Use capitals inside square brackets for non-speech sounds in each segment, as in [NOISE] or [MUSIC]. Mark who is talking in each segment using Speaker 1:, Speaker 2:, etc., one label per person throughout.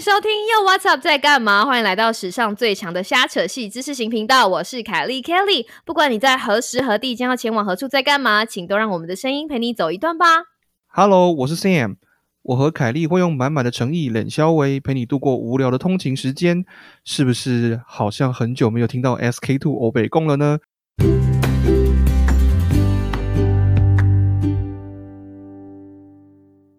Speaker 1: 收听又 What's Up 在干嘛？欢迎来到史上最强的瞎扯戏知识型频道，我是凯莉 Kelly。不管你在何时何地将要前往何处在干嘛，请都让我们的声音陪你走一段吧。
Speaker 2: Hello，我是 Sam。我和凯莉会用满满的诚意、冷笑微陪你度过无聊的通勤时间，是不是好像很久没有听到 SK Two 欧北贡了呢？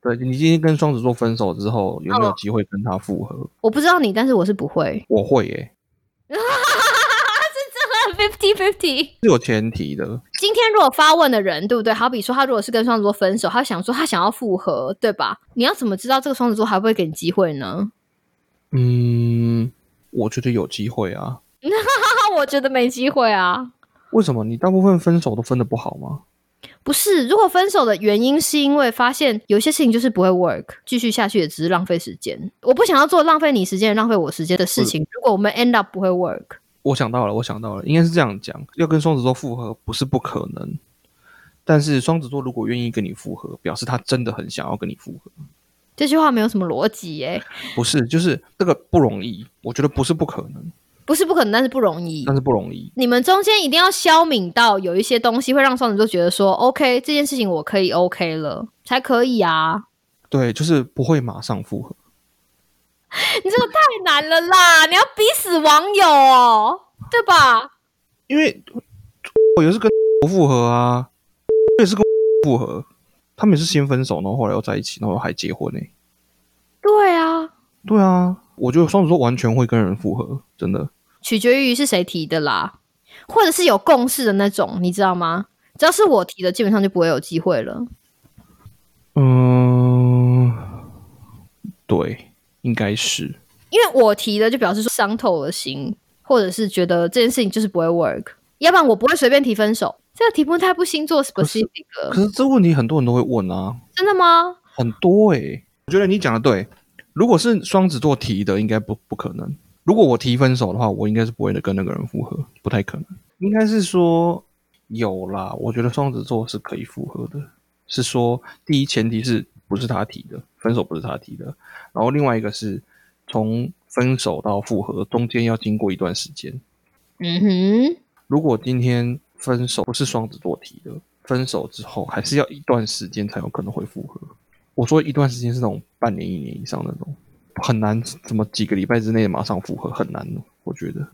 Speaker 2: 对你今天跟双子座分手之后，有没有
Speaker 1: 哦
Speaker 2: 机会跟他复合
Speaker 1: 我不知道你，但是我是不会，
Speaker 2: 我会耶、
Speaker 1: [LAUGHS] 是这个 fifty fifty。
Speaker 2: 是有前提的。
Speaker 1: 今天如果发问的人，对不对？好比说，他如果是跟双子座分手，他想说他想要复合，对吧？你要怎么知道这个双子座还会不会给你机会 [LAUGHS] 呢？
Speaker 2: 嗯，我觉得有机会啊。
Speaker 1: 那我觉得没机会啊。
Speaker 2: 为什么你大部分分手都分的不好吗？
Speaker 1: 不是，如果分手的原因是因为发现有些事情就是不会 work，继续下去也只是浪费时间。我不想要做浪费你时间、浪费我时间的事情。如果我们 end up 不会 work，
Speaker 2: 我想到了，我想到了，应该是这样讲：要跟双子座复合不是不可能，但是双子座如果愿意跟你复合，表示他真的很想要跟你复合，
Speaker 1: 这句话没有什么逻辑耶、
Speaker 2: 不是？就是这个不容易，我觉得不是不可能，
Speaker 1: 不是不可能，但是不容易
Speaker 2: 但。是不容易。
Speaker 1: 你们中间一定要消泯到有一些东西会让双子座觉得说，OK，这件事情我可以 OK 了，才可以啊。 [LAUGHS]
Speaker 2: 对，就是不会马上复合。
Speaker 1: 你这个太难了啦！你要逼死网友哦，对吧？
Speaker 2: 因为我也是跟 [LAUGHS] 复合啊，我也是跟 [LAUGHS] 复合，他们也是先分手，然后后来又在一起，然后还结婚呢、欸
Speaker 1: 对啊，
Speaker 2: 对啊，我觉得双子座完全会跟人复合，真的。
Speaker 1: 取决于是谁提的啦，或者是有共识的那种，你知道吗？只要是我提的，基本上就不会有机会了。
Speaker 2: 嗯，对，应该是。
Speaker 1: 因为我提的就表示说伤透我的心，或者是觉得这件事情就是不会 work，要不然我不会随便提分手。这个题目太不星座 specific 了，
Speaker 2: 可是这问题很多人都会问啊，
Speaker 1: 真的吗？
Speaker 2: 很多诶、我觉得你讲的对，如果是双子座提的，应该不不可能。如果我提分手的话，我应该是不会跟那个人复合，不太可能。应该是说有啦，我觉得双子座是可以复合的，是说第一前提是不是他提的，分手不是他提的，然后另外一个是从分手到复合中间要经过一段时间。
Speaker 1: 嗯哼，
Speaker 2: 如果今天分手不是双子座提的，分手之后还是要一段时间才有可能会复合。我说一段时间是那种半年、一年以上那种，很难怎么几个礼拜之内马上复合，很难。哦我觉得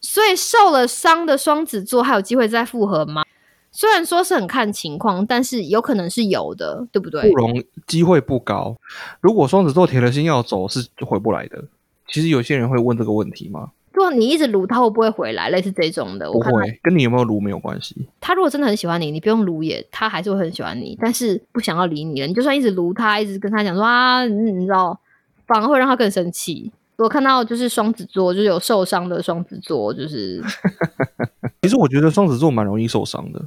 Speaker 1: 所以受了伤的双子座还有机会再复合吗？虽然说是很看情况，但是有可能是有的，对不对？
Speaker 2: 不容机会不高。如果双子座铁了心要走，是回不来的。其实有些人会问这个问题吗？
Speaker 1: 如果你一直撸他，会不会回来？类似这种的，
Speaker 2: 不
Speaker 1: 我看
Speaker 2: 会，跟你有没有炉没有关系。
Speaker 1: 他如果真的很喜欢你，你不用撸也，他还是会很喜欢你，但是不想要理你了。你就算一直撸他，一直跟他讲说啊，嗯你知道，反而会让他更生气。我看到就是双子座，就是有受伤的双子座，就是
Speaker 2: 其实我觉得双子座蛮容易受伤的。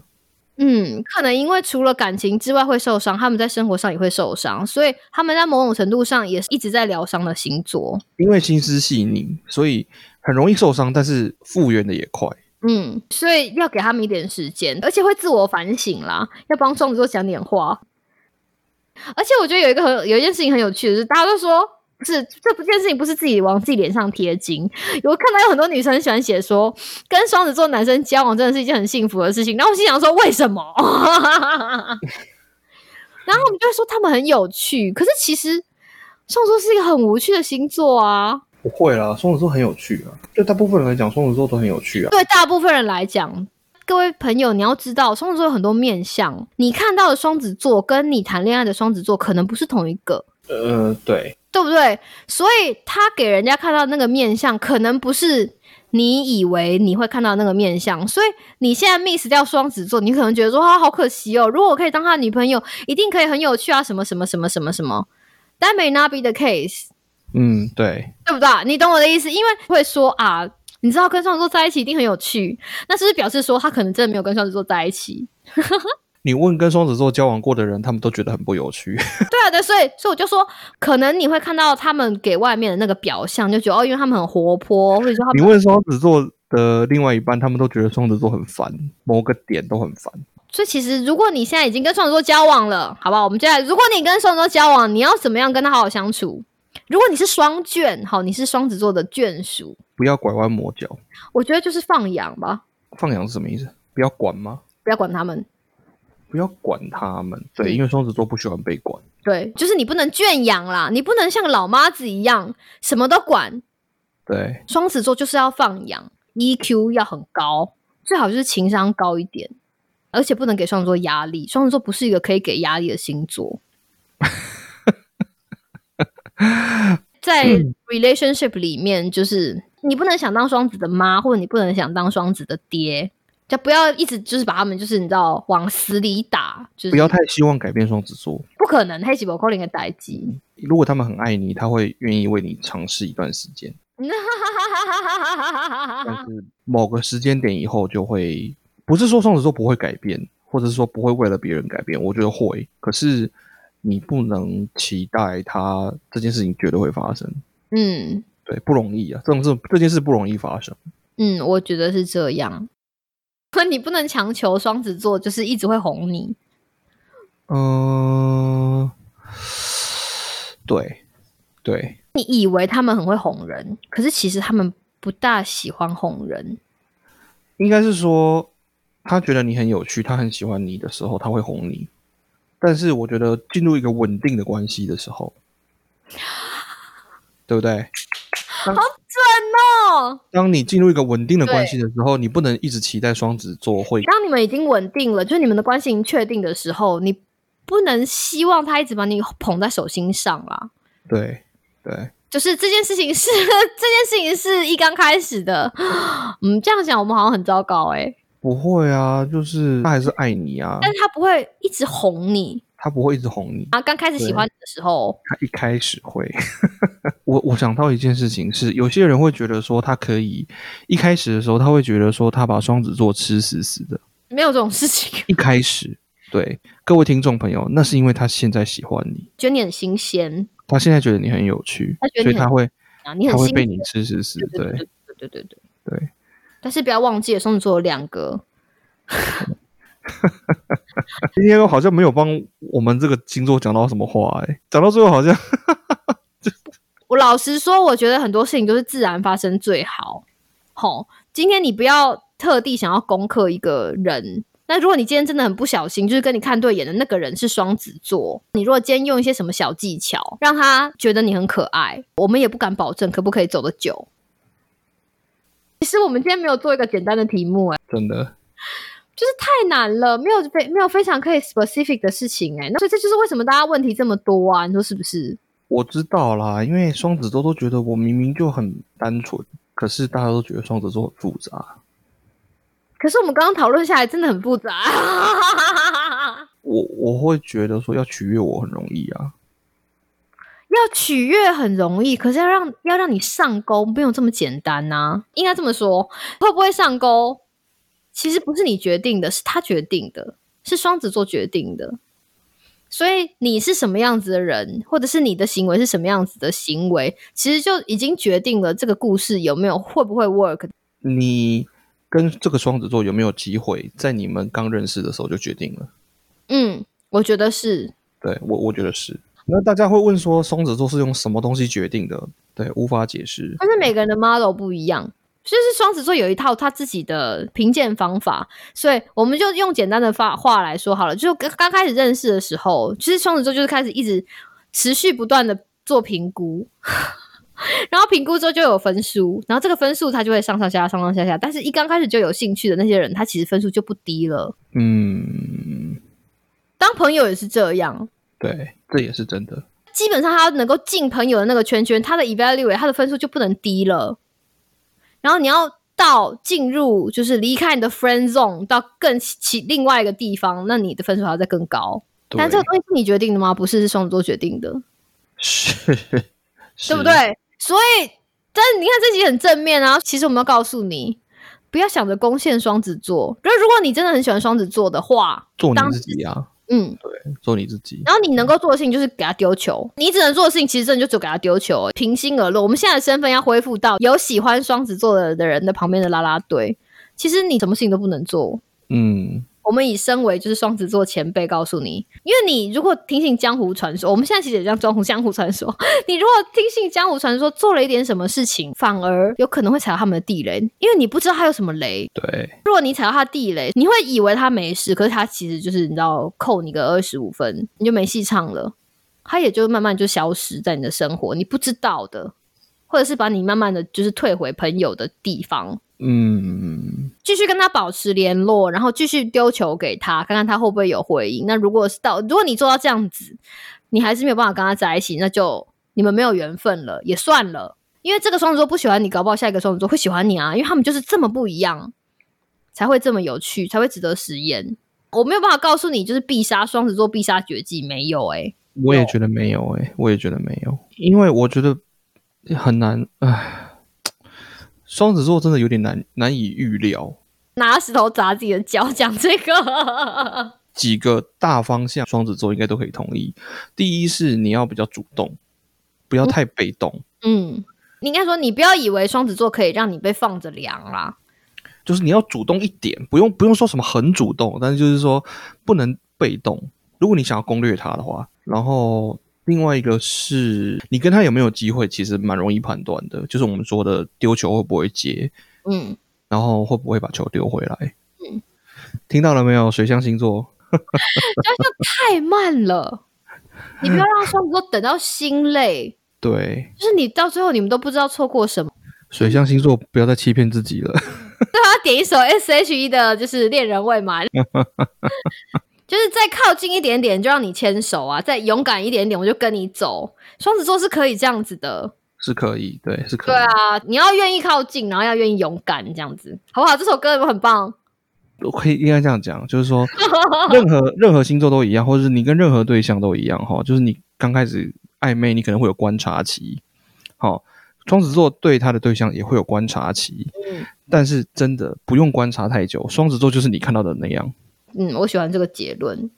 Speaker 1: 嗯，可能因为除了感情之外会受伤，他们在生活上也会受伤，所以他们在某种程度上也是一直在疗伤的星座。
Speaker 2: 因为心思细腻，所以很容易受伤，但是复原的也快。
Speaker 1: 嗯，所以要给他们一点时间，而且会自我反省啦，要帮双子座讲点话。而且我觉得有一个很有一件事情很有趣的是，大家都说不是这不件事情不是自己往自己脸上贴金。我看到有很多女生喜欢写说，跟双子座男生交往真的是一件很幸福的事情。然后我心想说，为什么？ [LAUGHS] 然后我们就会说他们很有趣，可是其实双子座是一个很无趣的星座啊。
Speaker 2: 不会啦，双子座很有趣啊，对大部分人来讲，双子座都很有趣啊。
Speaker 1: 对大部分人来讲，各位朋友，你要知道，双子座有很多面相，你看到的双子座跟你谈恋爱的双子座可能不是同一个，
Speaker 2: 呃，对，
Speaker 1: 对不对？所以他给人家看到那个面相，可能不是你以为你会看到那个面相。所以你现在 miss 掉双子座，你可能觉得说啊，好可惜哦。如果我可以当他的女朋友，一定可以很有趣啊，什么什么什么什么什么。That may not be the case。
Speaker 2: 嗯，对，
Speaker 1: 对不对？你懂我的意思？因为会说啊，你知道跟双子座在一起一定很有趣，那是不是表示说他可能真的没有跟双子座在一起？
Speaker 2: 你问跟双子座交往过的人，他们都觉得很不有趣。
Speaker 1: 对啊，对，所以所以我就说，可能你会看到他们给外面的那个表象，就觉得哦，因为他们很活泼，或者说他
Speaker 2: 你
Speaker 1: 们，
Speaker 2: 问双子座的另外一半，他们都觉得双子座很烦，某个点都很烦。
Speaker 1: 所以其实如果你现在已经跟双子座交往了，好不好？我们接下来，如果你跟双子座交往，你要怎么样跟他好好相处？如果你是双眷，好，你是双子座的眷属，
Speaker 2: 不要拐弯抹角。
Speaker 1: 我觉得就是放养吧，
Speaker 2: 放养是什么意思？不要管吗？
Speaker 1: 不要管他们。
Speaker 2: 不要管他们。对，因为双子座不喜欢被管。
Speaker 1: 对，就是你不能圈养啦，你不能像老妈子一样什么都管。
Speaker 2: 对，
Speaker 1: 双子座就是要放养，EQ 要很高，最好就是情商高一点，而且不能给双子座压力。双子座不是一个可以给压力的星座。
Speaker 2: [LAUGHS]
Speaker 1: 在 relationship 里面，就是你不能想当双子的妈，或者你不能想当双子的爹，就不要一直就是把他们就是你知道往死里打，就是
Speaker 2: 不要太希望改变双子座。
Speaker 1: 不可能黑起伯扣零的代际。
Speaker 2: 如果他们很爱你，他会愿意为你尝试一段时间，但是某个时间点以后就会，不是说双子座不会改变，或者是说不会为了别人改变，我觉得会，可是你不能期待他这件事情绝对会发生，
Speaker 1: 嗯
Speaker 2: 对，不容易啊，这种事这件事不容易发生，
Speaker 1: 嗯，我觉得是这样。可你不能强求双子座就是一直会哄你，
Speaker 2: 嗯、对，对，
Speaker 1: 你以为他们很会哄人，可是其实他们不大喜欢哄人。
Speaker 2: 应该是说，他觉得你很有趣，他很喜欢你的时候，他会哄你。但是我觉得进入一个稳定的关系的时候，对不对？
Speaker 1: 哦，
Speaker 2: 当你进入一个稳定的关系的时候，你不能一直期待双子座会。
Speaker 1: 当你们已经稳定了，就是你们的关系已经确定的时候，你不能希望他一直把你捧在手心上啦。
Speaker 2: 对对，
Speaker 1: 就是这件事情是 [LAUGHS] 这件事情是一刚开始的，嗯，这样讲我们好像很糟糕哎、
Speaker 2: 不会啊，就是他还是爱你啊，
Speaker 1: 但是他不会一直哄你
Speaker 2: 他不会一直哄你。
Speaker 1: 啊。刚开始喜欢你的时候，
Speaker 2: 他一开始会， [LAUGHS] 我我想到一件事情是，有些人会觉得说他可以一开始的时候，他会觉得说他把双子座吃死死的。
Speaker 1: 没有这种事情，
Speaker 2: 一开始，对各位听众朋友，那是因为他现在喜欢你，
Speaker 1: 觉得你很新鲜
Speaker 2: 他现在觉得你很有趣
Speaker 1: 他觉，得
Speaker 2: 所
Speaker 1: 你
Speaker 2: 以他会
Speaker 1: 啊，你
Speaker 2: 他
Speaker 1: 很
Speaker 2: 会
Speaker 1: 新
Speaker 2: 被
Speaker 1: 鲜。
Speaker 2: 你吃死死。
Speaker 1: 对对
Speaker 2: 对
Speaker 1: 对对对对。
Speaker 2: 对，
Speaker 1: 但是不要忘记了，双子座有两个，
Speaker 2: 今天好像没有帮我们这个星座讲到什么话、欸，哎，讲到最后好像
Speaker 1: 我老实说，我觉得很多事情都是自然发生最好。吼，今天你不要特地想要攻克一个人。那如果你今天真的很不小心，就是跟你看对眼的那个人是双子座，你如果今天用一些什么小技巧，让他觉得你很可爱，我们也不敢保证可不可以走得久。其实我们今天没有做一个简单的题目、哎，
Speaker 2: 真的
Speaker 1: 就是太难了，没有非没有非常可以 specific 的事情、哎，那所以这就是为什么大家问题这么多啊，你说是不是？
Speaker 2: 我知道啦，因为双子座都觉得我明明就很单纯，可是大家都觉得双子座很复杂。
Speaker 1: 可是我们刚刚讨论下来，真的很复杂。
Speaker 2: 我我会觉得说要取悦我很容易啊，
Speaker 1: 要取悦很容易，可是要让要让你上钩，没有这么简单呐、应该这么说，会不会上钩，其实不是你决定的，是他决定的，是双子座决定的。所以你是什么样子的人，或者是你的行为是什么样子的行为，其实就已经决定了这个故事有没有会不会 work。
Speaker 2: 你跟这个双子座有没有机会，在你们刚认识的时候就决定了。
Speaker 1: 嗯，我觉得是，
Speaker 2: 对我，我觉得是。那大家会问说，双子座是用什么东西决定的？对，无法解释。
Speaker 1: 但是每个人的 model 不一样，就是双子座有一套他自己的评鉴方法，所以我们就用简单的话话来说好了。就刚刚开始认识的时候，其实双子座就是开始一直持续不断的做评估， [LAUGHS] 然后评估之后就有分数，然后这个分数它就会上上下下上上下下。但是一刚开始就有兴趣的那些人，他其实分数就不低了。
Speaker 2: 嗯，
Speaker 1: 当朋友也是这样，
Speaker 2: 对，这也是真的。
Speaker 1: 基本上他能够进朋友的那个圈圈，他的 evaluate 他的分数就不能低了。然后你要到进入就是离开你的 friend zone 到更其其另外一个地方，那你的分数还要再更高。
Speaker 2: 对
Speaker 1: 但这个东西是你决定的吗？不是，是双子座决定的，
Speaker 2: 是，
Speaker 1: 对
Speaker 2: 对
Speaker 1: 不？对？所以，但是你看这集很正面啊。其实我们要告诉你，不要想着攻陷双子座。就是如果你真的很喜欢双子座的话，
Speaker 2: 做
Speaker 1: 当
Speaker 2: 你自己啊，
Speaker 1: 嗯，
Speaker 2: 做你自己。
Speaker 1: 然后你能够做的事情就是给他丢球，你只能做的事情其实真的就只有给他丢球，平心而论，我们现在的身份要恢复到有喜欢双子座的的人的旁边的啦啦队，其实你什么事情都不能做，
Speaker 2: 嗯，
Speaker 1: 我们以身为就是双子座前辈告诉你，因为你如果听信江湖传说，我们现在其实也叫江湖江湖传说， [LAUGHS] 你如果听信江湖传说做了一点什么事情，反而有可能会踩到他们的地雷，因为你不知道他有什么雷。
Speaker 2: 对，
Speaker 1: 如果你踩到他的地雷，你会以为他没事，可是他其实就是你知道扣你个二十五分，你就没戏唱了，他也就慢慢就消失在你的生活，你不知道的，或者是把你慢慢的就是退回朋友的地方，
Speaker 2: 嗯，
Speaker 1: 继续跟他保持联络，然后继续丢球给他，看看他会不会有回应。那如果是到，如果你做到这样子，你还是没有办法跟他在一起，那就你们没有缘分了，也算了。因为这个双子座不喜欢你，搞不好下一个双子座会喜欢你啊，因为他们就是这么不一样，才会这么有趣，才会值得实验。我没有办法告诉你，就是必杀双子座必杀绝技没有欸诶、
Speaker 2: 我也觉得没有诶、我也觉得没有，因为我觉得很难，唉，双子座真的有点难难以预料。
Speaker 1: 拿石头砸自己的脚讲这个， [LAUGHS]
Speaker 2: 几个大方向，双子座应该都可以同意。第一是你要比较主动，不要太被动。
Speaker 1: 嗯，你应该说你不要以为双子座可以让你被放着凉啦，
Speaker 2: 就是你要主动一点，不用不用说什么很主动，但是就是说不能被动。如果你想要攻略他的话，然后另外一个是你跟他有没有机会，其实蛮容易判断的，就是我们说的丢球会不会接，
Speaker 1: 嗯。
Speaker 2: 然后会不会把球丢回来。嗯，听到了没有？水象星座，
Speaker 1: 太慢了，你不要让双子座等到心累，
Speaker 2: 对，
Speaker 1: 就是你到最后你们都不知道错过什么。
Speaker 2: 水象星座不要再欺骗自己了。 [LAUGHS]
Speaker 1: 他点一首 S.H.E 的，就是《恋人未满》，就是再靠近一点点就让你牵手啊，再勇敢一点点我就跟你走。双子座是可以这样子的，
Speaker 2: 是可以，对，是可
Speaker 1: 对
Speaker 2: 以。
Speaker 1: 啊，你要愿意靠近，然后要愿意勇敢，这样子好不好？这首歌有没有很棒？
Speaker 2: 我可以应该这样讲，就是说任
Speaker 1: [LAUGHS]
Speaker 2: 何任何星座都一样，或者是你跟任何对象都一样哈，就是你刚开始暧昧，你可能会有观察期。好，双子座对他的对象也会有观察期，
Speaker 1: 嗯
Speaker 2: 但是真的不用观察太久，双子座就是你看到的那
Speaker 1: [LAUGHS]
Speaker 2: 样。
Speaker 1: 嗯，我喜欢这个结论。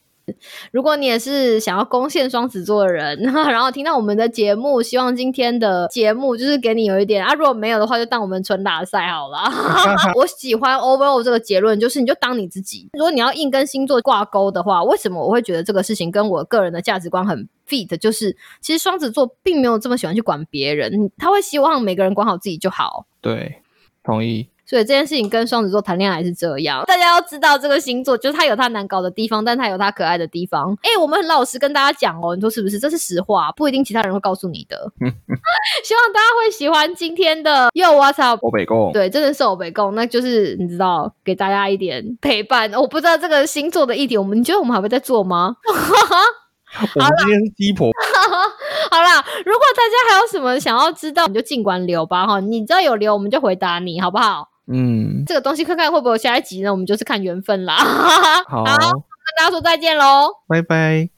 Speaker 1: 如果你也是想要攻陷双子座的人， [LAUGHS] 然后听到我们的节目，希望今天的节目就是给你有一点啊，如果没有的话，就当我们纯打赛好了。 [LAUGHS] 我喜欢 overall 这个结论，就是你就当你自己。如果你要硬跟星座挂钩的话，为什么我会觉得这个事情跟我个人的价值观很 fit？就是其实双子座并没有这么喜欢去管别人，他会希望每个人管好自己就好。
Speaker 2: 对，同意。
Speaker 1: 所以这件事情跟双子座谈恋爱是这样，大家要知道这个星座就是它有它难搞的地方，但它有它可爱的地方。哎、我们很老实跟大家讲哦，你说是不是？这是实话，不一定其他人会告诉你的。 [LAUGHS] 希望大家会喜欢今天的 Yo What's Up。
Speaker 2: 我北贡，
Speaker 1: 对，真的是欧北共，那就是你知道，给大家一点陪伴。我不知道这个星座的议题，我们你觉得我们还会再做吗？ [LAUGHS]
Speaker 2: 我们今天是鸡婆，
Speaker 1: 好啦，如果大家还有什么想要知道，你就尽管留吧哈，你只要有留，我们就回答你，好不好？
Speaker 2: 嗯，
Speaker 1: 这个东西看看会不会有下一集呢？我们就是看缘分啦。
Speaker 2: 好，
Speaker 1: 跟大家说再见喽。
Speaker 2: 拜拜。